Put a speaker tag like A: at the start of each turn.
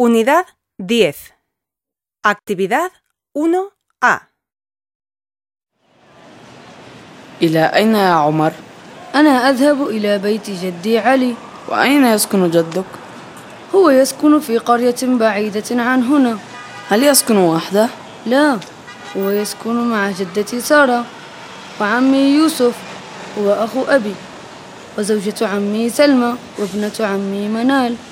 A: Unidad 10. Actividad 1A.
B: إلى أين يا عمر؟
C: أنا أذهب إلى بيت جدي علي
B: وأين يسكن جدك؟
C: هو يسكن في قرية بعيدة عن هنا
B: هل يسكن وحده؟
C: لا هو يسكن مع جدتي سارة وعمي يوسف هو أخو أبي وزوجة عمي سلمى وابنة عمي منال